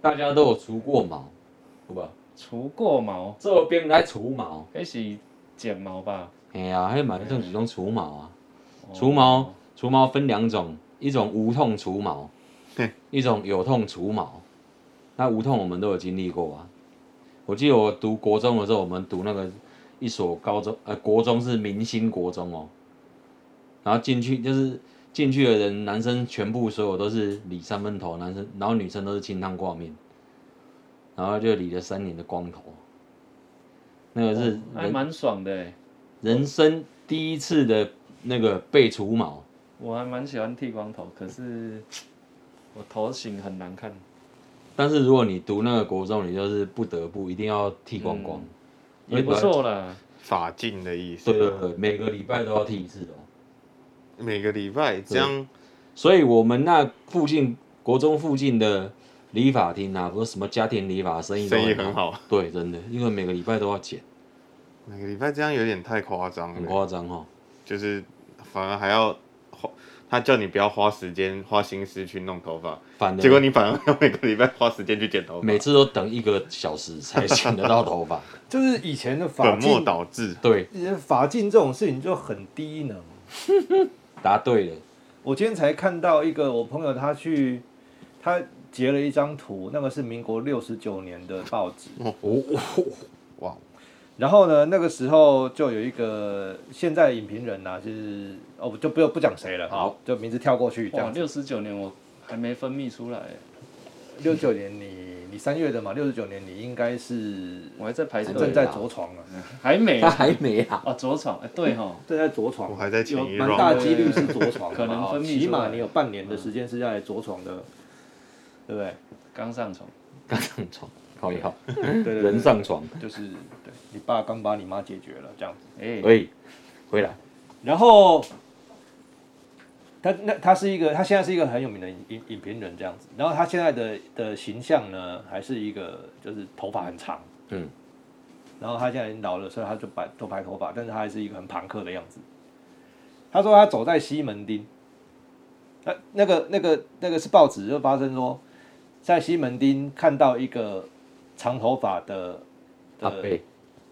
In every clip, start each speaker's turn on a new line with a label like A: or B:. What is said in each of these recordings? A: 大家都有除过毛，好吧？
B: 除过毛，
A: 做兵来除毛，
B: 迄是剪毛吧？哦
A: 哎呀、啊，迄嘛算是种除毛啊。除毛，除毛分两种，一种无痛除毛，
C: 对，
A: 一种有痛除毛。那无痛我们都有经历过啊。我记得我读国中的时候，我们读那个一所高中，呃，国中是明星国中哦。然后进去就是进去的人，男生全部所有都是理三分头，男生，然后女生都是清汤挂面，然后就理了三年的光头。那个是
B: 还蛮爽的欸，
A: 人生第一次的那个被除毛，
B: 我还蛮喜欢剃光头，可是我头型很难看。
A: 但是如果你读那个国中，你就是不得不一定要剃光光，
C: 嗯
B: 也不错啦，
C: 法镜的意
A: 对对
C: 思。
A: 对，每个礼拜都要剃一次哦。
C: 每个礼拜这样，
A: 所以我们那附近国中附近的理发厅啊，不是什么家庭理发，生意都
C: 生意很好。
A: 对，真的，因为每个礼拜都要剪，
C: 每个礼拜这样有点太夸张
A: 很
C: 了，
A: 夸张哦哈。
C: 就是反而还要花，他叫你不要花时间、花心思去弄头发，
A: 反
C: 结果
A: 正
C: 你反而要每个礼拜花时间去剪头发，
A: 每次都等一个小时才剪得到 头发。
D: 就是以前的法
C: 本末
D: 镜，
C: 倒置。
A: 对，
D: 以前法镜这种事情就很低能。
A: 答对了，
D: 我今天才看到一个我朋友他去，他截了一张图，那个是民国六十九年的报纸。
A: 哦，
C: 哇，
D: 然后呢，那个时候就有一个现在的影评人呐、就是哦，我就不不讲谁了，哦
A: 好，
D: 就名字跳过去这
B: 哇，
D: 样。
B: 六十九年我还没分泌出来欸，
D: 六九年你你三月的嘛，六十九年你应该是
B: 我还在排队，
D: 正在着床啊，
B: 还
C: 哎
B: 没
A: 他
B: 啊，
A: 还没啊。
B: 啊着床，哎对哈，
D: 正在着
C: 我
D: 床，
C: 还在前一
D: 蛮
C: round，
D: 大几率是着床
B: 可
D: 的嘛，哦
B: 能分泌出来
D: 起码你有半年的时间是在着床的，对不对？
B: 刚上床，
A: 刚上床，好也好，
B: 嗯
D: 对
C: 哎
D: 对对
A: 人上床，
D: 就是对你爸刚把你妈解决了这样子。
B: 哎，
A: 哎，回来，
D: 然后他那他是一个，他现在是一个很有名的影影影评人这样子。然后他现在的的形象呢，还是一个就是头发很长，
A: 嗯，
D: 然后他现在已经老了，所以他就白都白头发，但是他还是一个很朋克的样子。他说他走在西门町，那那个那个那个是报纸就发生说，在西门町看到一个长头发的
A: 阿
D: 的
A: 贝，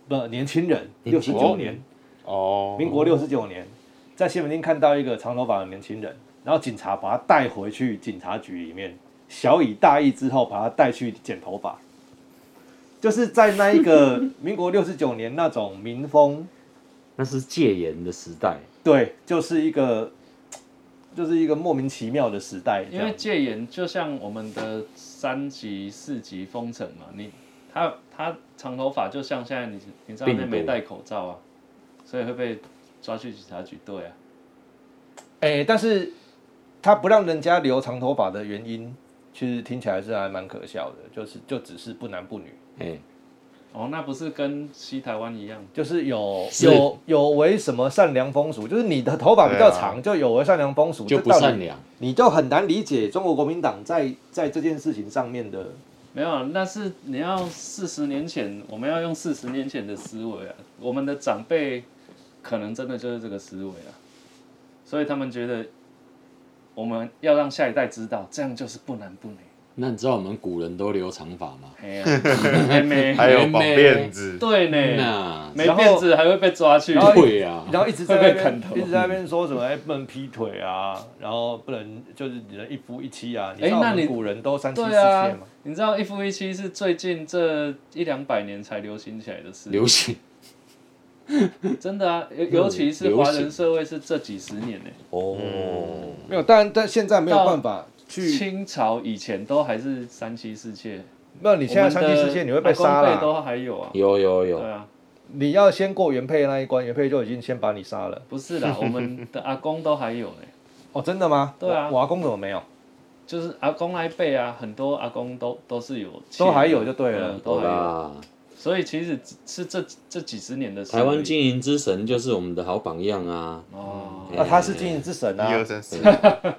D: 不年轻人，六
A: 年
D: 十
A: 轻
D: 九
A: 人
D: 年。
C: 哦，
D: 民国六十九年，在西门町看到一个长头发的年轻人，然后警察把他带回去警察局里面，小以大义之后，把他带去剪头发，就是在那一个 民国六十九年那种民风，
A: 那是戒严的时代，
D: 对，就是一个，就是一个莫名其妙的时代，这
B: 因为
D: 样
B: 戒严就像我们的三级、四级封城嘛，你他他长头发就像现在你你在外面
A: 病毒
B: 没戴口罩啊，所以会被抓去警察局对啊，
D: 哎、但是他不让人家留长头发的原因，其实听起来是还蛮可笑的，就是就只是不男不女。
A: 哎，
B: 哦那不是跟西台湾一样，
D: 就是有
A: 是
D: 有有违什么善良风俗，就是你的头发比较长，就有违善良风俗，
A: 啊就
D: 这
A: 不
D: 到底
A: 善，良。
D: 你就很难理解中国国民党在在这件事情上面的。
B: 没有，啊那是你要四十年前，我们要用四十年前的思维啊。我们的长辈可能真的就是这个思维啊，所以他们觉得我们要让下一代知道，这样就是不男不女。
A: 那你知道我们古人都留长发吗？
B: 哎 呀，还没
C: 还有嗯绑辫子，
B: 对呢，
A: 那
B: 没辫子还会被抓去
D: 然。后
A: 对啊，
D: 然后一直在那
B: 会被
D: 边
B: 砍头
D: 一直在那边说什么哎不能劈腿啊，然后不能就是人一夫一妻啊。你
B: 哎
D: 知道我
B: 那你
D: 们古人都三妻四妾
B: 对啊
D: 嘛，，
B: 你知道一夫一妻是最近这一两百年才流行起来的事，
A: 流行
B: 真的啊，尤尤其是华人社会是这几十年呢、
A: 哦，
D: 没有，但但现在没有
B: 到
D: 办法去。
B: 清朝以前都还是三妻四妾，
D: 那你现在三妻四妾你会被杀
B: 我们的阿公辈
D: 了，
B: 都还有啊。
A: 有有
B: 对
A: 有，
B: 啊，
D: 你要先过原配那一关，原配就已经先把你杀了。
B: 不是啦，我们的阿公都还有呢、
D: 哦，真的吗？
B: 对啊
D: 我我阿公怎么没有？
B: 就是阿公那一辈啊，很多阿公都都是有妾
D: 都还有就对哎了
B: 嗯都
A: 好
B: 还有。
A: 啦，
B: 所以其实只是这这几十年的事
A: 台湾
B: 而已
A: 经营之神就是我们的好榜样 啊，
B: 哦，
D: 那、他是经营之神
C: 一
D: 啊，
C: 二三四，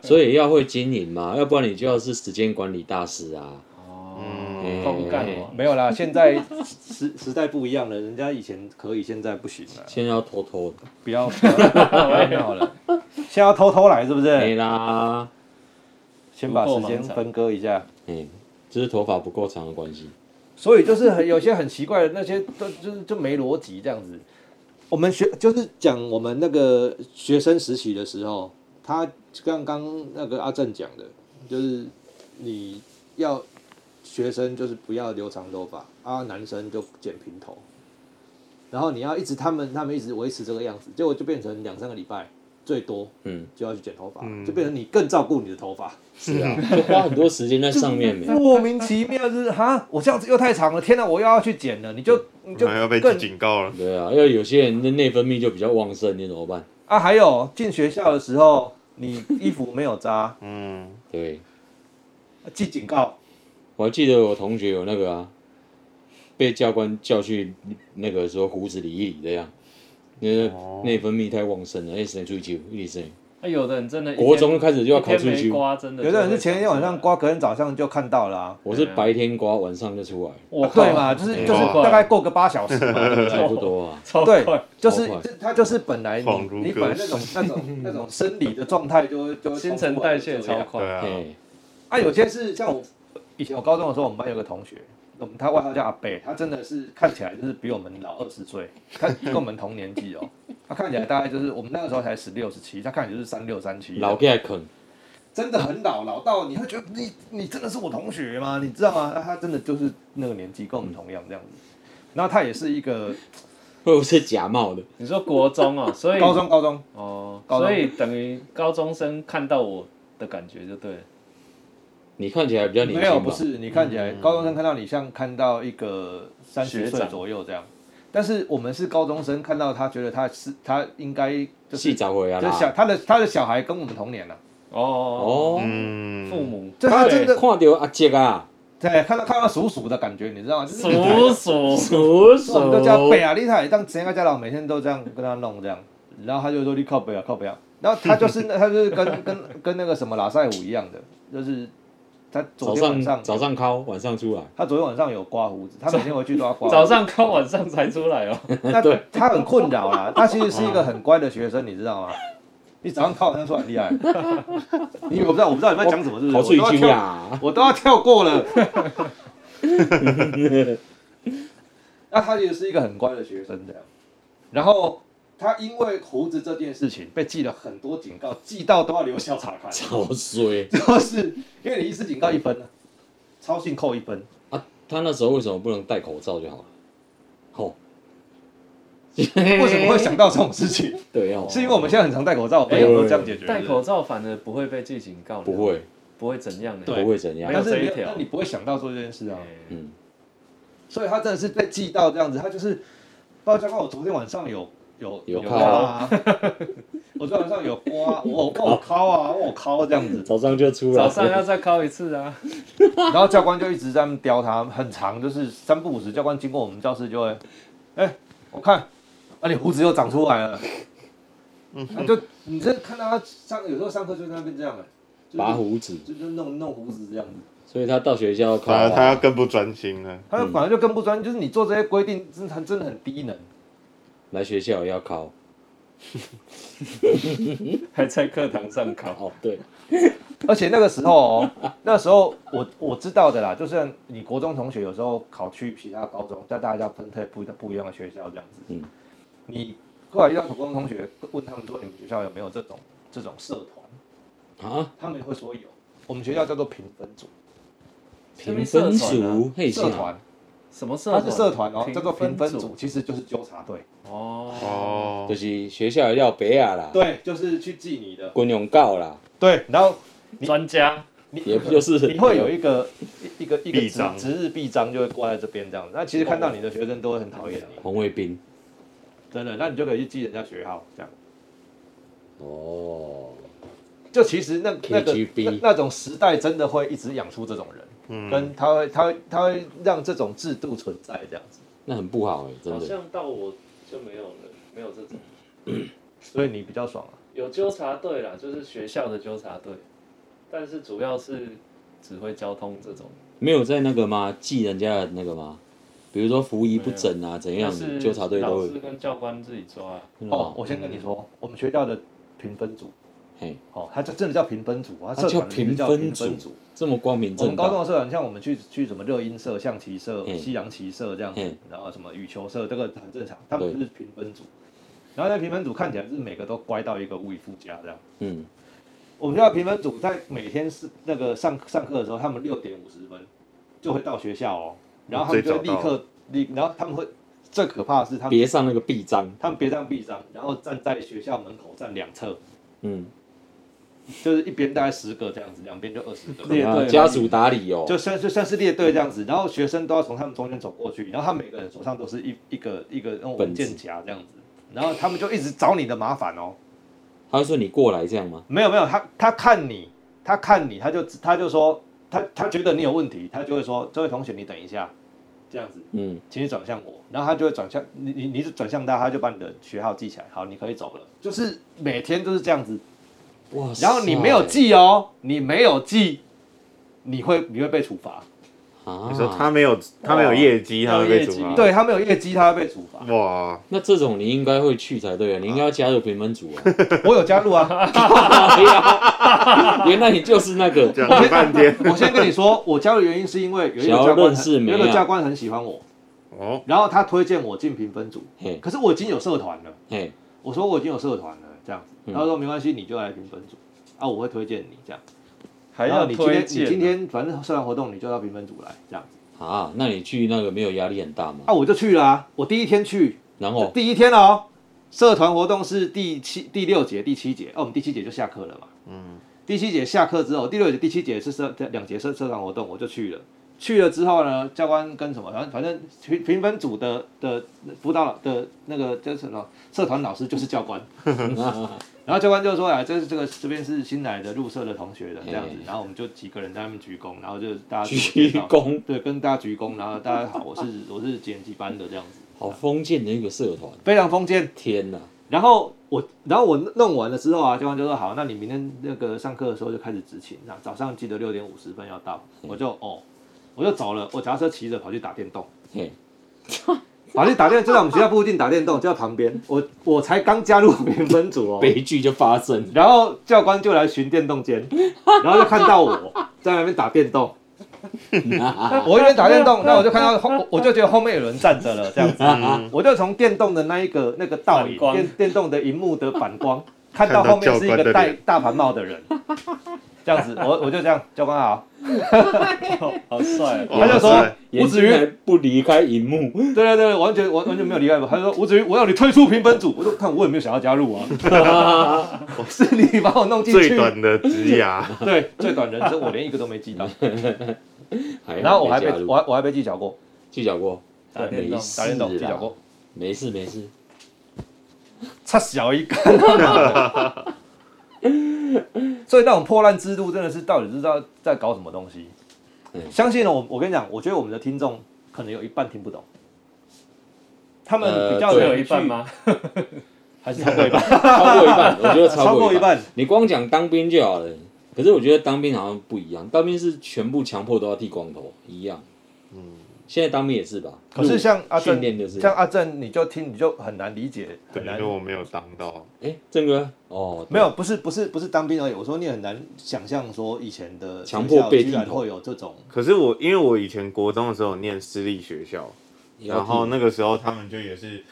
A: 所以要会经营嘛，要不然你就要是时间管理大师啊。
B: 哦，空干我
D: 没有啦，现在 时时代不一样了，人家以前可以，现在不行了。
A: 现在要偷偷的，
D: 不要不要不要闹了， 现在要偷偷来是不是？
A: 没啦，
D: 先把时
B: 不够
D: 间
B: 忙
D: 分割一下。
A: 哎，就是头发不够长的关系。
D: 所以就是很有些很奇怪的那些都就是就没逻辑这样子。我们学就是讲我们那个学生时期的时候，他刚刚那个阿正讲的，就是你要学生就是不要留长头发啊，男生就剪平头，然后你要一直他们他们一直维持这个样子，结果就变成两三个礼拜最多
A: 嗯，
D: 就要去剪头发，就变成你更照顾你的头发。
A: 是啊，就花很多时间在上 面没。
D: 莫名其妙就是哈，我这样子又太长了，天哪，我又要去剪了，你就你就
C: 然后要被
D: 更
C: 警告了。
A: 对啊，要有些人的内分泌就比较旺盛，你怎么办？
D: 啊，还有进学校的时候，你衣服没有扎，
C: 嗯，
A: 对，
D: 记警告，
A: 我还记得我同学有那个啊，被教官叫去那个说胡子理一理这样，那个
D: 哦
A: 内分泌太旺盛了，一直追求，一直
B: 那啊有的人真的一天
A: 国中开始就要考
B: 一
A: 出
B: 天没
A: 去。
B: 刮，真的
D: 有的人是前一天晚上，刮，隔天早上就看到了、啊。
A: 我是白天刮，晚上就出来，
B: 我
D: 啊对嘛，就是
C: 没
D: 就是
C: 错
D: 大概过个八小时 嘛，
A: 差不多啊。
B: 超
D: 对
B: 哦快，，
D: 就是
A: 超快
D: 这它就是本来
C: 恍
D: 你
C: 如
D: 你
C: 隔
D: 本来那种那种那种生理的状态就会就会
B: 新
D: 冲
B: 陈
D: 过来
B: 代谢
D: 就这样
B: 超快
C: 对，啊，
A: 哎，
D: 啊，有些是像我以前我高中的时候，我们班有个同学，我们他外号叫阿贝，他真的是看起来就是比我们老二十岁，他跟我们同年纪哦，他看起来大概就是我们那个时候才十六十七，他看起来就是三六三七，
A: 老起来啃，
D: 真的很老，老到你会觉得你你真的是我同学吗？你知道吗？啊那他真的就是那个年纪，跟我们同样这样子。然后他也是一个
A: 会不会是假冒的？
B: 你说国中 哦，所以
D: 高中高中，
B: 哦，
D: 高中
B: 所以等于高中生看到我的感觉就对了，
A: 你看起来比较年
D: 没
A: 轻吧？
D: 有不是，你看起来高中生看到你像看到一个三十
B: 学
D: 岁
B: 长
D: 左右这样，但是我们是高中生看到他，觉得他是他应该就
A: 细
D: 是
A: 找回来
D: 就是
A: 啊啦
D: 小。他的他的小孩跟我们同年了、
B: 哦，
A: 哦，
C: 嗯，
B: 父母
D: 这他真的
A: 看到阿杰啊，
D: 对看到看到叔叔的感觉，你知道吗？就是
B: 叔叔，
A: 叔
D: 我
A: 叔
D: 们都叫贝啊，丽塔，当前个家长每天都这样跟他弄这样，然后他就说你靠北啊，靠北啊，然后他就是他就是跟跟跟那个什么拉塞虎一样的，就是他昨
A: 早
D: 天晚上
A: 上早上敲，晚上出来，
D: 他昨天晚上有刮胡子，他每天回去都要刮胡 子。
B: 早上看晚上才出来哦，
D: 那他很困扰啦，他其实是一个很乖的学生，你知道吗？你早上看晚上出来很厉害， 你以为我不知道我不知道你们在讲什么是不是？
A: 好啊醉
D: 我都要
A: 酒
D: 跳，
A: 啦。
D: 我都要跳 过了。那他也是一个很乖的学生这样，然后他因为胡子这件事情被记了很多警告，记到都要留校察看，
A: 好衰
D: 就是因为你一次警告一分啊超信扣一分，
A: 啊！他那时候为什么不能戴口罩就好了？哦，
D: 为什么会想到这种事情？
A: 对哦？
D: 是因为我们现在很常戴口罩，我们有时候这样解决。
B: 戴口罩反而不会被记警告，
A: 不，会，
B: 不会怎样的，
A: 不会怎样
B: 没有
D: 但是
B: 这
D: 没
B: 一
D: 有，
B: 条
D: 但你不会想到做这件事啊
B: 哎，
A: 嗯，
D: 所以他真的是被记到这样子，他就是包括我昨天晚上有有
A: 有
D: 刮啊， 我昨天晚上有刮，我我我敲啊，我敲这样子，
A: 早上就出来
B: 早，上要再敲一次啊，
D: 然后教官就一直在那边叼他，很长，就是三不五时，教官经过我们教室就会，哎、我看，啊，你胡子又长出来了，嗯、啊，就你这看到他上，有时候上课就在那边这样的、就是
A: 拔，胡嗯子，
D: 就就弄弄胡子这样子，
A: 所以他到学校
C: 反而啊他
A: 考
C: 要更不专心了。
D: 他就反而就更不专，就是你做这些规定，真的很真的很低能。
A: 来学校也要考。嗯
B: 还在课堂上考，
A: 哦，对，
D: 而且那个时候哦，那时候我我知道的啦，就是你国中同学有时候考去其他高中，在大家分配不不一样的学校这样子。
A: 嗯
D: 你后来遇到国中同学，问他们说你们学校有没有这种这种社团，
A: 啊，
D: 他们也会说有。我们学校叫做评分组
A: 评分
B: 这边社团
A: 组
B: 啊，
A: 嘿，
D: 社团，
B: 什么社
D: 它
B: 团？
D: 是社团哦，
B: 评
D: 叫做评分
B: 评
D: 组，其实就是纠察队。
B: 哦，
C: 哦
A: 就，是学校也要白啊啦，
D: 对，就是去记你的。
A: 滚泳告啦，
D: 对，然后
B: 专家
D: 你
A: 也不就是
D: 你会有一个一一个一个
C: 臂
D: 值
C: 章
D: 值日臂章就会挂在这边这样子。那其实看到你的学生都会很讨厌你。
A: 红卫兵。
D: 真的，那你就可以去记人家学号，这样。
A: 哦，
D: 就其实那那个
A: KGB
D: 那那种时代真的会一直养出这种人，
C: 嗯，
D: 跟他会他会他会让这种制度存在这样子。
A: 那很不好哎，真
B: 好
A: 的。
B: 像到我就没有了，没有这种。
D: 所以你比较爽啊？
B: 有纠察队啦，就是学校的纠察队，但是主要是指挥交通这种。
A: 没有在那个吗？记人家的那个吗？比如说服仪不整啊，怎样
B: 但？是
A: 纠察队都
B: 老
A: 会
B: 师跟教官自己抓啊、
A: 真的
D: 哦
A: 吗，
D: 我先跟你说，我们学校的评分组
A: 嗯嘿，
D: 哦，它这真的叫评分组啊，
A: 它
D: 社
A: 叫
D: 团的名字
A: 评
D: 叫
A: 分
D: 评分
A: 组，这么光明
D: 我
A: 正
D: 们高中
A: 大，
D: 的社团，像我们去去什么热音社、象棋社、
A: 嗯
D: 西洋棋社这样子
A: 嗯，
D: 然后什么羽球社，这个很正常，他们就是评分组。然后在评分组看起来是每个都乖到一个无以复加这样。
A: 嗯，
D: 我们学校评分组在每天是那个上上课的时候，他们六点五十分就会到学校哦，然后他们就会立
C: 最早
D: 刻立，然后他们会最可怕的是他们
A: 别上那个臂章，
D: 他们别张臂章，然后站在学校门口站两侧，
A: 嗯，
D: 就是一边大概十个这样子，两边就二十个。
B: 列
A: 啊
B: 队
A: 家属打理哦，
D: 就算就算是列队这样子，然后学生都要从他们中间走过去，然后他每个人手上都是一一个一个那种文件夹这样子，然后他们就一直找你的麻烦哦。
A: 他会说你过来这样吗？
D: 没有没有，他他看你，他看你，他就他就说他他觉得你有问题，他就会说这位同学你等一下，这样子，
A: 嗯，
D: 请你转向我，然后他就会转向你你你就转向他，他就把你的学号记起来，好，你可以走了。就是每天都是这样子，
A: 哇塞，
D: 然后你没有记哦，你没有记，你会你会被处罚。
A: 啊，
C: 你说他没有他没有业绩，
B: 哇
C: 他会被处
B: 没
C: 罚。
B: 有业绩
D: 对他没有业绩，他会被处 罚。
C: 哇，
A: 那这种你应该会去才对啊，你应该要加入评分组啊。
D: 我有加入啊！
A: 哎呀，原来你就是那个，
C: 讲了半天
D: 我先跟你说，我加入的原因是因为有一个
A: 想要
D: 教官
A: 认识
D: 很，
A: 美
D: 有
A: 啊
D: 一个教官很喜欢我，
C: 哦，
D: 然后他推荐我进评分组
A: 嘿，
D: 可是我已经有社团了，
A: 嘿，
D: 我说我已经有社团了，这样
B: 嗯
D: 子，他说没关系，你就来评分组啊，我会推荐你这样，
B: 还
D: 然后
B: 要
D: 你今天
B: 推
D: 你
B: 荐啊。
D: 今天反正社团活动你就到评分组来这样子，
A: 啊，那你去那个没有压力很大吗？
D: 啊，我就去了啊，我第一天去，
A: 然后
D: 第一天哦，社团活动是第七、第六节、第七节。哦，我们第七节就下课了嘛。嗯，第七节下课之后，第六节、第七节是社两节社社团活动，我就去了。去了之后呢，教官跟什么，反正反正评评分组的的辅导老的那个就是什么社团老师就是教 官，然后教官就说啊，这是这个这边是新来的入社的同学的这样子
A: 哎，
D: 然后我们就几个人在那边鞠躬，然后就大家自我介
A: 鞠
D: 绍，
A: 躬，
D: 对，跟大家鞠躬，然后大家好，我是我是几年级班的这样子，
A: 好封建的一个社团，
D: 非常封建。
A: 天哪！
D: 然后我，然后我弄完了之后啊，教官就说好，那你明天那个上课的时候就开始执勤，那早上记得六点五十分要到。我就哦，我就走了，我脚踏车骑着跑去打电动，
A: 嘿，
D: 跑去打电，就在我们学校附近打电动，就在旁边。我我才刚加入评 分组哦，
A: 悲剧就发生了。
D: 然后教官就来巡电动间，然后就看到我在那边打电动。我一边打 电动，那我就看到后，我我就觉得后面有人站着了，这样子，
C: 嗯啊
D: 我就从电动的那一个那个倒
B: 反，
D: 影
B: 光
D: 电电动的荧幕的 反光，看到后面是
C: 看到教
D: 一
C: 官
D: 个
C: 的
D: 戴
C: 脸
D: 大盘帽的人，这样子，我我就这样，教官 好，
B: 好帅、哦！
D: 他
C: 哇
D: 就
C: 塞
D: 说吴
A: 眼
D: 子
A: 睛还
D: 瑜，
A: 不离开荧幕，
D: 对对对，完全完完全没有理解我，他就说吴子瑜，我要你退出评分组，我就看我也没有想要加 入啊，是你把我弄进去
C: 最，短的职 涯，
D: 对，最短人生我连一个都没记到，
A: 还
D: 然后我还被
A: 加入
D: 我还我还被记缴过，
A: 记脚过，
B: 打电
A: 没
B: 动
A: 事啊
D: 打电动记
A: 啦
D: 缴过，
A: 没事没事，
D: 差小一个。 所以那种破烂制度真的是到底是在在搞什么东西？
A: 嗯
D: 相信呢，我我跟你讲，我觉得我们的听众可能有一半听不懂，他们比较
A: 呃
B: 只
A: 对
B: 有
D: 有
B: 一 半？吗？
D: 还是超过一半？
A: 超过一半，我觉得超
D: 呃超
A: 过
D: 过一半。
A: 你光讲当兵就好了，可是我觉得当兵好像不一样，当兵是全部强迫都要剃光头一样。嗯，现在当兵也是吧？
D: 可是像阿
A: 训
D: 正
A: 练就是，
D: 像阿正，你就听你就很难理解，
C: 对，
D: 很
C: 因
D: 难
C: 为我没有当到，
A: 哎，郑哥，哦，
D: 没有不是不是不是当兵而已。我说你很难想象说以前的
A: 强迫被
D: 学校居然
A: 剃头
D: 会有这种
C: 可是我因为我以前国中的时候有念私立学校，
A: 也要剃，
C: 然后那个时候他们就也是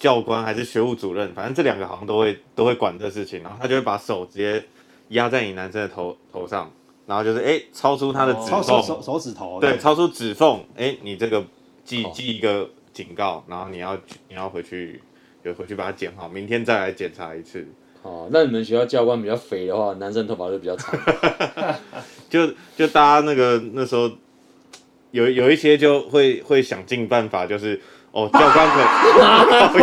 C: 教官还是学务主任，反正这两个好像都会都会管这事情，然后他就会把手直接压在你男生的头头上，然后就是哎、超出他的指
D: 哦超手
C: 缝，
D: 手手指头
C: 对，超出指缝，哎、你这个记
A: 哦
C: 记一个警告，然后你要去你要回去有回去把它剪好，明天再来检查一次。
A: 哦，那你们学校教官比较肥的话，男生头发就比较 长。
C: 就就大家那个那时候有有一些就会会想尽办法，就是哦教官可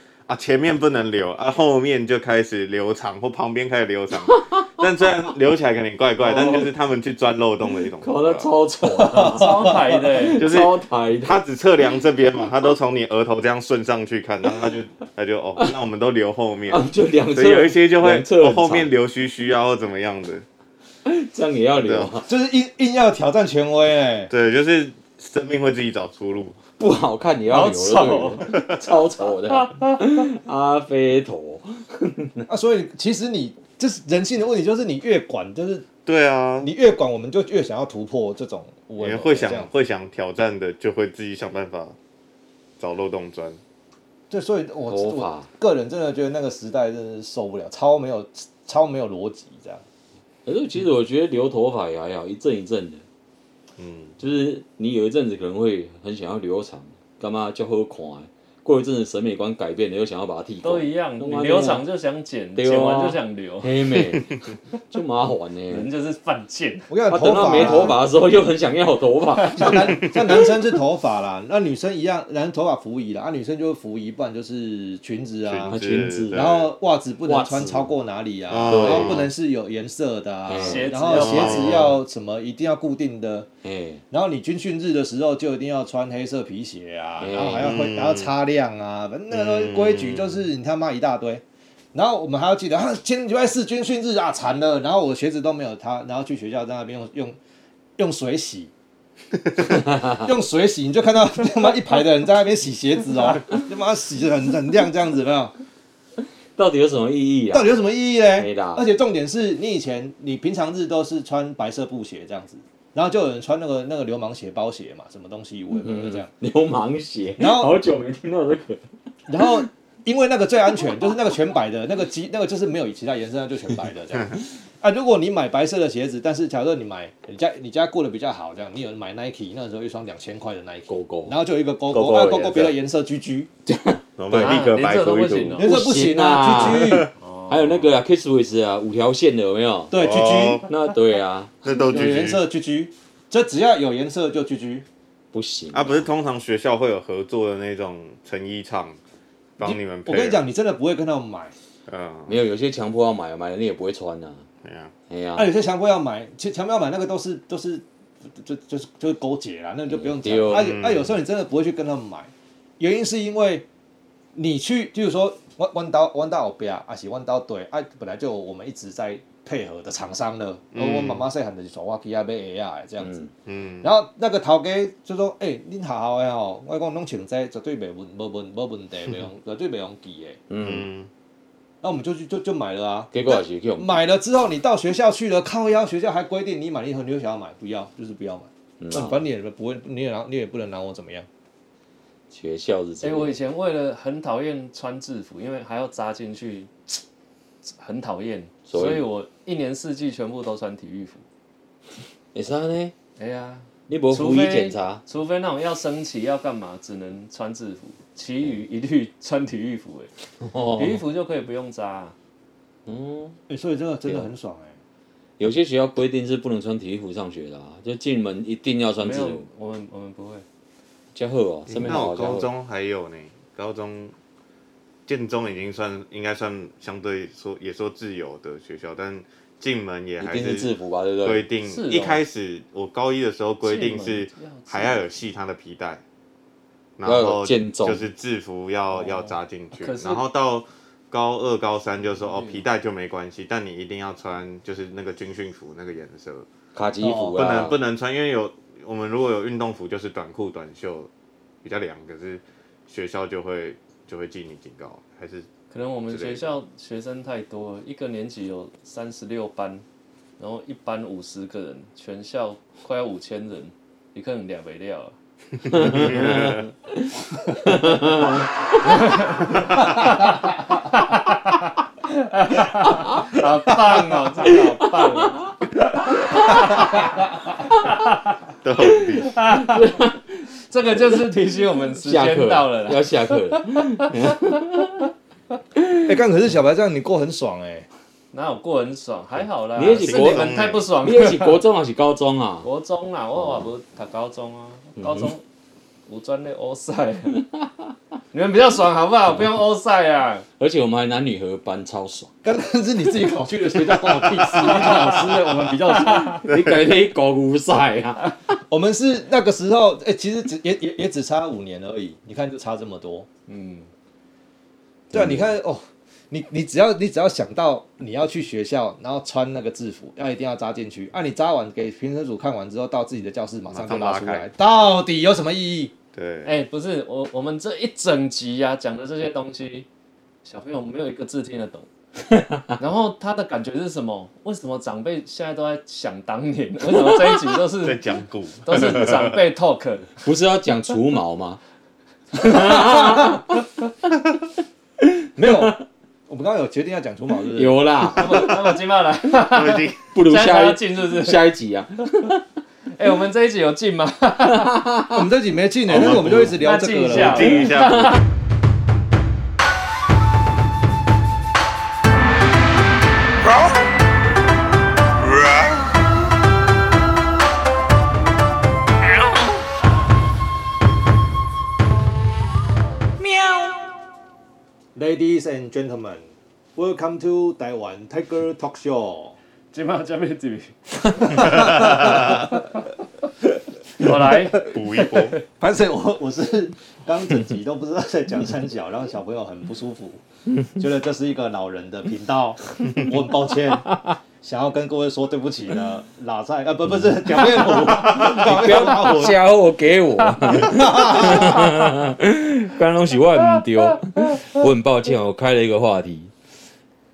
C: 啊，前面不能留，啊，后面就开始留长，或旁边开始留长，但虽然留起来可能怪怪，但就是他们去钻漏洞的一种方
A: 搞得
C: 法。
A: 超丑，啊
B: 超台的欸、
C: 就是
A: 超台的。
C: 他只测量这边嘛，他都从你额头这样顺上去看，然后他就 他就哦，那我们都留后面，
A: 啊，就两侧
C: 所以有一些就会
A: 两侧
C: 哦
A: 很
C: 后面
A: 长
C: 留须须啊或怎么样的，
A: 这样也要留
C: 对
A: 啊，
D: 就是硬硬要挑战权威哎，
C: 对，就是生命会自己找出路。
A: 不好看也要留，对不对超丑的阿飞头。
D: 啊，所以其实你这是人性的问题，就是你越管，就是
C: 对啊，
D: 你越管，我们就越想要突破这种无为
C: 也
D: 而为
C: 会
D: 这样
C: 想会想挑战的，就会自己想办法找漏洞钻。
D: 对，所以我
A: 头发
D: 我个人真的觉得那个时代真的是受不了，超没有超没有逻辑这样。
A: 可是其实我觉得留头发也还好，一阵一阵的，
C: 嗯，
A: 就是你有一阵子可能会很想要留长，干嘛叫好看的？过一阵子审美观改变了，又想要把它剃光，
B: 都一样，
A: 干
B: 你
A: 嘛
B: 留
A: 这
B: 长就想剪，
A: 对啊
B: 剪完就想留，
A: 黑美 就麻烦
B: 人
A: 呢。
B: 就是犯贱。
D: 我跟你
A: 他
D: 讲，
A: 等
D: 头发
A: 到
D: 啊
A: 没头，发的时候，又很想要有头发。
D: 像男像男生是头发啦，那女生一样，男生头发服仪啦，啊女生就是服仪，不然就是裙子啊，
A: 子裙子
C: 对
D: 然后袜子不
A: 袜
D: 能
A: 子
D: 穿超过哪里啊，
C: 对
D: 然后不能是有颜色的啊
A: 嗯，
B: 鞋子
D: 然后
B: 要
D: 鞋
C: 换
D: 子要什么一定要固定的，
A: 哎，
D: 然后你军训日的时候就一定要穿黑色皮鞋啊，
A: 嗯
D: 然后还要会还要擦亮啊，反正那个规矩就是你他妈一大堆。然后我们还要记得，啊，今天礼拜四军训日啊，惨了，然后我鞋子都没有擦，然后去学校在那边用用用水洗， 用水洗，你就看到他妈一排的人在那边洗鞋子哦，他妈洗的很很亮这样子，有没有？
A: 到底有什么意义啊
D: 到？底有什么意义嘞？
A: 没啦
D: 而且重点是你以前你平常日都是穿白色布鞋这样子，然后就有人穿那个那个流氓鞋、包鞋嘛，什么东西我也
C: 嗯
D: 没有这样。
A: 流氓鞋，
D: 然后
A: 好久没听到这个，
D: 然后因为那个最 安全，就是那个全白的，那个基那个就是没有其他颜色，那就全白的 这样。啊，如果你买白色的鞋子，但是假设你买你家你家过得比较好，这样你有买 Nike，那时候一双两千块的 Nike，
A: 狗狗
D: 然后就有一个勾
C: 哦勾
D: 勾，
C: 勾
D: 啊
C: 的
D: 勾
C: 颜
D: 勾
C: 色
D: 别的颜色居居，
C: 然后
D: 啊
C: 立刻白涂一涂。
D: 颜色不行啊，
C: 哦
A: 不行
D: 居居，
A: 还有那个啊，Kiss with 啊，五条线的有没有？
D: 对居
C: 哦
D: 居，
A: 那对啊，
C: 那都
D: 有颜
C: 狙
D: 色居居，这只要有颜色就居居。
A: 不行
C: 啊，不是通常学校会有合作的那种成衣厂帮你们配。
D: 我跟你，讲，你真的不会跟他们买。
C: 嗯，
A: 没有，有些强迫要买，买了你也不会穿啊。
C: 对啊，
A: 哎呀、
D: 啊，有些强迫要买，其实强迫要买那个都是都是就就是就是勾结啦，那就不用讲
A: 对。哦
D: 啊
C: 嗯
D: 有啊，有时候你真的不会去跟他们买，原因是因为你去，就是说弯弯刀弯刀后边啊，是弯刀对啊，本来就有我们一直在配合的厂商了。而我妈妈细汉就是说我去啊买鞋啊这样子。
A: 嗯，
C: 嗯，
D: 然后那个头家就说：“诶、恁学校的吼，我讲拢穿这绝对袂问，无问无问题，袂用绝对袂用记的。
A: 嗯，
C: 嗯，
D: 那我们就去就就买了啊。
A: 结果也是叫
D: 买了之后，你到学校去了，靠腰，学校还规定你买一盒，你就想要买，不要，就是不要买。
A: 嗯
D: 那、反正你也不会，你也拿，你也不能拿我怎么样。
A: 学校是这
B: 哎、我以
A: 样，
B: 前为了很讨厌穿制服，因为还要扎进去，很讨厌，
A: 所以
B: 所以我一年四季全部都穿体育服。
A: 你啥啊呢？
B: 哎呀，
A: 你不
B: 除
A: 服役
B: 非
A: 检查，
B: 除非那种要升旗要干嘛，只能穿制服，其余一律穿体育服、哎、
A: 哦
B: 体，育服就可以不用扎、啊。
A: 嗯，
D: 哎、所以这个真的很爽哎、
A: 有些学校规定是不能穿体育服上学的啊，就进门一定要穿
B: 没
A: 制
B: 有
A: 服，，
B: 我们我们不会。
A: 加贺哦，身边
C: 那
A: 好
C: 我
A: 加
C: 高
A: 贺，
C: 中还有呢，高中建中已经算应该算相对说也说自由的学校，但进门也
A: 一
C: 还
A: 定是制服吧，对不对？
C: 规定
B: 是哦。
C: 一开始我高一的时候规定是
B: 进门要
C: 还要有系它的皮带，然
A: 要有
C: 后
A: 间奏
C: 就是制服要、
B: 哦
C: 要扎进去，
B: 可是
C: 然后到高二高三就说哦
B: 嗯
C: 皮带就没关系，但你一定要穿就是那个军训服那个颜色，
A: 卡其服
C: 哦不
A: 啊，
B: 哦
C: 能不能穿，因为有我们如果有运动服就是短裤短袖比较凉，可是学校就会就会记你警告，还是
B: 可能我们
C: 之
B: 学
C: 类的
B: 校学生太多了，一个年级有三十六班，然后一班五十个人，全校快要五千人，你可能两倍料啊。好棒哦，真的好棒哦！
C: 都有 比
B: 这个就是提醒我们时
A: 下课
B: 间到了啦。
A: 要下课 了，
D: 哎、欸，刚可是小白这样你过很爽哎、
B: 哪有过很爽？还好啦，
A: 你也是
B: 是
A: 国
B: 你们太不爽
A: 你。也是国中还是高中啊？
B: 国中
E: 哦嗯
B: 啦，我也无读高中啊，高中有转咧乌赛，啊 你们比较爽好不好？不用欧赛啊！
A: 而且我们还男女合班，超 爽。
E: 刚刚是你自己考去的学校，关我屁事。你当 老师的，我们比较爽。
A: 你改天一狗无赛啊！
E: 我们是那个时候，哎、其实只也也也只差五年而已。你看就差这么多。
A: 嗯，
E: 对啊，你看哦，你你只要你只要想到你要去学校，然后穿那个制服，要一定要扎进去。啊，你扎完给评审组看完之后，到自己的教室马上就拉出
C: 马上
E: 来
C: 拉开，
E: 到底有什么意义？
C: 对，
B: 哎、不是我，我们这一整集呀、讲的这些东西，小朋友没有一个字听得 懂。然后他的感觉是什么？为什么长辈现在都在想当年？为什么这一集都
C: 在
B: 是
C: 讲古，
B: 都 是长辈 talk？
A: 不是要讲除毛吗？
E: 没有， 我们刚刚有决定要讲除毛，是不是？
A: 有啦，
B: 那么那么今 晚来，
C: 他们 已经
A: 不如
B: 现在他
A: 下
B: 要
A: 一
B: 进是不是？
A: 下一集啊。
B: 哎、我们这一集有进吗？
E: 啊我们这集没进呢，但是我们就一直聊这个
B: 那进一下
E: 了。
C: 静一下。
D: Ladies and gentlemen, welcome to Taiwan Tiger Talk Show。
B: 今晚加面 子。我来，
C: 补一波，
D: 反正我我是刚整集都不知道在讲三角，然后小朋友很不舒服，觉得这是一个老人的频道，我很抱歉，想要跟各位说对不起呢。拉塞啊，不不是讲面虎，讲面打我。
A: 家伙给 我，刚东西我唔丢，我很抱歉，我开了一个话题，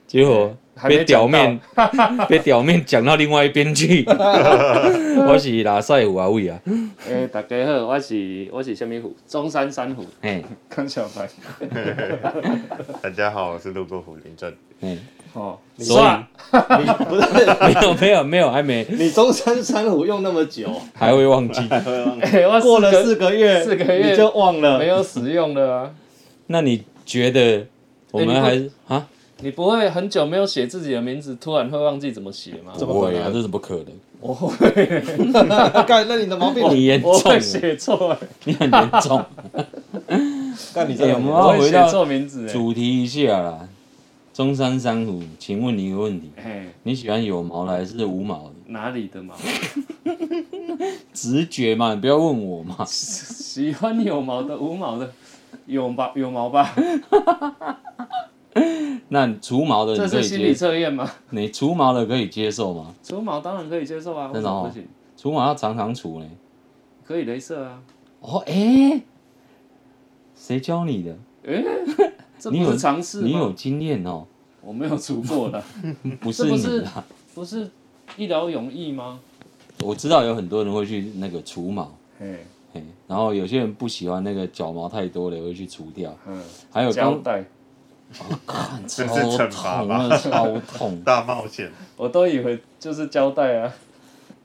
A: 结果
B: 还没
A: 被
B: 讲
A: 表
B: 到
A: 面被表面讲到另外一边去，我是拉塞有阿伟啊，
B: 哎、大家好，我是我是虾米虎，中山山虎，
A: 哎
B: 康小 白。
C: 大家好，我是路过虎林镇。
A: 哎，
B: 哦，
A: 所以
D: 你不是
A: 没有 没有没有还没
D: 你中山三虎用那么久，
A: 还会忘记，
B: 哎、我
D: 过了
B: 四个
D: 四个月，
B: 四个月
D: 你就忘了
B: 没。有使用的啊。
A: 那你觉得我
B: 哎你
A: 们
B: 不
A: 还是啊？
B: 你不会很久没有写自己的名字，突然会忘记怎么写吗？
D: 怎
A: 不
D: 么可
A: 会
D: 能
A: 啊，这怎么可能？
D: 干，那你的毛病，
A: 你严重
B: 哦我会
A: 了，
B: 写错、哎
A: 你很严重。
D: 干你这
A: 哎我们
D: 个
A: 要
B: 我会
A: 回
B: 写
A: 到
B: 错名字、哎
A: 主题一下啦，中山珊瑚，请问你一个问题。
B: 哎，
A: 你喜欢有毛的还是无毛的？
B: 哪里的毛？
A: 直觉嘛，你不要问我 嘛。
B: 喜欢有毛的，无毛的，有吧，有毛吧？
A: 那除毛的
B: 这
A: 你可
B: 是心理
A: 以接，
B: 测验吗？
A: 你除毛的可以接受吗？
B: 除毛当然可以接受啊，为
A: 真
B: 什
A: 的哦
B: 么不行？
A: 除毛要常常除呢。
B: 可以镭射啊。
A: 哦，哎、谁教你的？
B: 这
A: 你
B: 不
A: 有
B: 是尝试吗？
A: 你有经验哦，
B: 我没有除过的，
A: 不是
B: 这不
A: 你
B: 是
A: 啦。
B: 不是一劳永逸吗？
A: 我知道有很多人会去那个除毛，
B: 哎，
A: 嘿，然后有些人不喜欢那个脚毛太多的，会去除掉。
B: 嗯，
A: 还有
B: 胶
A: 刚
B: 带，
A: 看超
C: 这是惩罚
A: 痛
C: 吧。
A: 啊，超痛
C: 大冒险，
B: 我都以为就是胶带啊。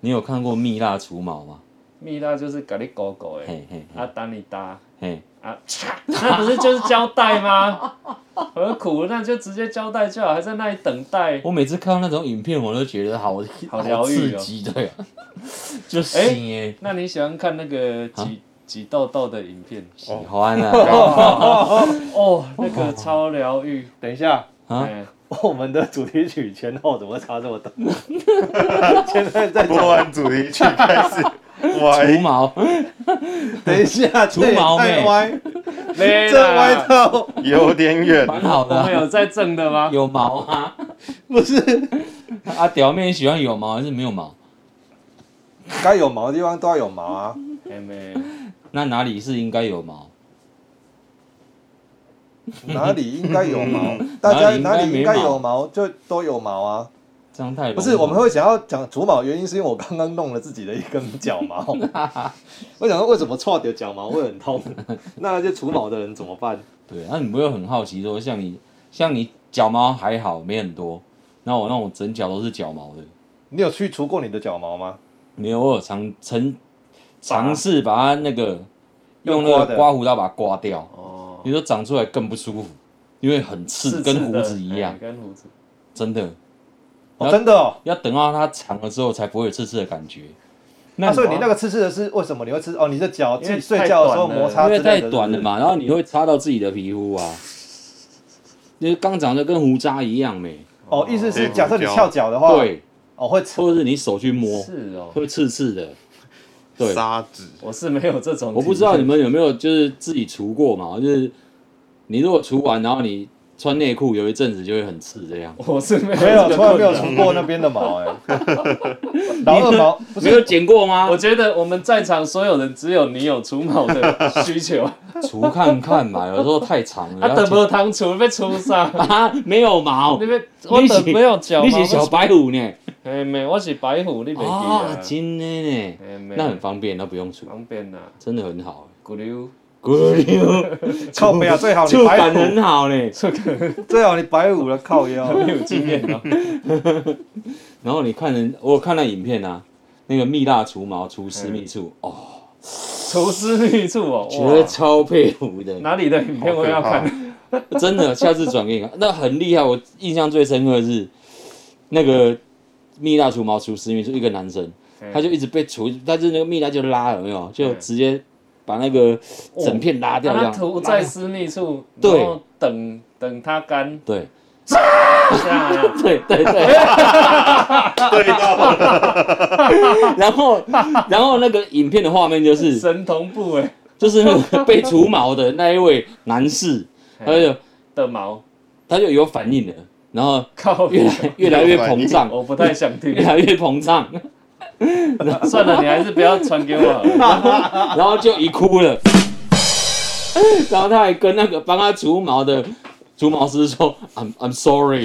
A: 你有看过蜜蜡除毛吗？
B: 蜜蜡就是给你狗狗哎，
A: 嘿嘿
B: 啊，打你搭。
A: 嘿，
B: 啊， 那不是就是胶带 吗？何苦？那就直接胶带就好，还在那里等待。
A: 我每次看到那种影片，我都觉得好
B: 好疗愈
A: 刺
B: 哦
A: 激，对啊，
D: 哎
A: 就是耶，
B: 那你喜欢看那个
A: 啊
B: 挤挤痘痘的影片？
A: 喜欢啊，
B: 哦，那个超疗愈。
D: 等一下，
A: 啊
B: 哎
D: 我们的主题曲前后怎么差这么多？ 前面在
C: 播
D: 讲，
C: 完主题曲 开始
A: 除
C: 歪，
A: 毛，
D: 等一下，
A: 除毛
D: 这也
A: 妹
D: 太歪，
B: 没
D: 这歪
B: 啦，
D: 到
C: 有点远。
A: 蛮好的
B: 我们
D: 哎
A: 啊，
B: 有在正的吗？
A: 有毛啊，
D: 不是
A: 啊，屌妹喜欢有毛还是没有毛？
D: 该有毛的地方都要有毛 啊。
B: 哎没，
A: 那哪里是应该有毛？
D: 哪里应该有毛，大家哪里应该有毛就都有毛啊。
A: 这样太笼
D: 不
A: 统
D: 是，我们会想要讲除毛，原因是因为我刚刚弄了自己的一根脚 毛。我想说，为什么错的脚毛会很 痛？那那些除毛的人怎么办？
A: 对，啊那你不会很好奇说，像你像你脚毛还好，没很多，那我那种整脚都是脚毛的，
D: 你有去除过你的脚毛吗？
A: 没有我有尝尝尝试把它那个用
D: 用
A: 那
D: 刮
A: 个
D: 的
A: 刮胡刀把它刮掉。
B: 哦，
A: 你说长出来更不舒服，因为很
B: 刺
A: 刺，
B: 刺的
A: 跟胡子一样
B: 哎，跟胡子。
A: 真的
D: 哦，真的哦，
A: 要等到它长了之后才不会有刺刺的感觉。那
D: 啊所以你
A: 哇
D: 那个吃吃的是为什么你会吃？哦，你的脚自
B: 因
D: 己
B: 为
D: 睡
B: 太
D: 觉的时候
B: 短
D: 摩
B: 了
D: 擦
A: 啊因
D: 之
A: 为
D: 类的，
A: 太
D: 是不
A: 短了
D: 是？
A: 嘛，然后你会擦到自己的皮肤啊。那刚长得跟胡渣一样没？
D: 哦，意思是假设你
C: 嗯
D: 翘脚的话，，
A: 对，
D: 哦会吃。
A: 或者是你手去摸，
B: 是哦，
A: 会刺刺的。对，
C: 沙子
B: 我是没有这种体验，
A: 我不知道你们有没有就是自己除过嘛，就是你如果除完，然后你穿内裤有一阵子就会很刺这样。
B: 我是没有
D: 没有，
B: 这个困
D: 从来没有
B: 扰。
D: 除过那边的 毛哎、然后二毛不
A: 没有
D: 是
A: 剪过吗
B: 我？觉得我们在场所有人，只有你有除毛的 需求。
A: 除看看嘛，有时候太长 了。
B: 啊，等不糖除被除啥？
A: 啊，没有毛
B: 你，被我
A: 你是
B: 等没有脚毛
A: 你是小？白虎呢？
B: 我哎没，我是白虎，你没记
A: 啊，
B: 啊？
A: 真的呢，
B: 哎没，
A: 那很方便，那不用除，
B: 方便呐，
A: 真的很好。
B: 骨溜。
A: 咕溜，
D: 靠背啊，最好你
A: 触
D: 白
A: 感
D: 五，
A: 很好呢。
D: 最好你白五了靠腰。
B: 没有经验 啊，
A: 然后你看人，我有看那影片啊，那个蜜蜡除毛除
B: 嗯
A: 私密处，哦，
B: 厨师秘处哦，
A: 觉得
B: 哇
A: 超佩服的。
B: 哪里的影片我要看？
A: 真的，下次转给你看， 那很厉害。我印象最深刻的是那个蜜蜡除毛除私密处，一个男生，
B: 哎
A: 他就一直被除，但是那个蜜蜡就拉，有没有？就
B: 嗯
A: 直接把那个整片拉掉，这
B: 啊他
A: 样。
B: 涂在私密处，
A: 对
B: 然后等等它干
A: 对
B: 下来啊，
A: 对对对，
C: 对到 了，
A: 然后然后那个影片的画面就是
B: 神同步哎
A: 就是那个被除毛的那一位男士，他就
B: 的毛
A: 他就有反应了，然后
B: 靠
A: 越 来越来越膨胀，
B: 我不太想听
A: 越，来越膨胀，
B: 算了，你还是不要传给我好了。
A: 然后就一哭了， 然后他还跟那个帮他除毛的除毛师说：“I'm I'm sorry。”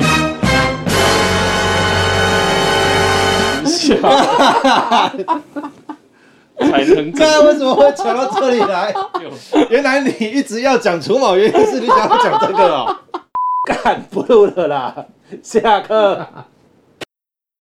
B: 才能
E: 刚啊才为什么会讲到这里 来？原来你一直要讲除毛，
B: 啊
E: 原因是你想要讲这个哦。干不录了啦，下课。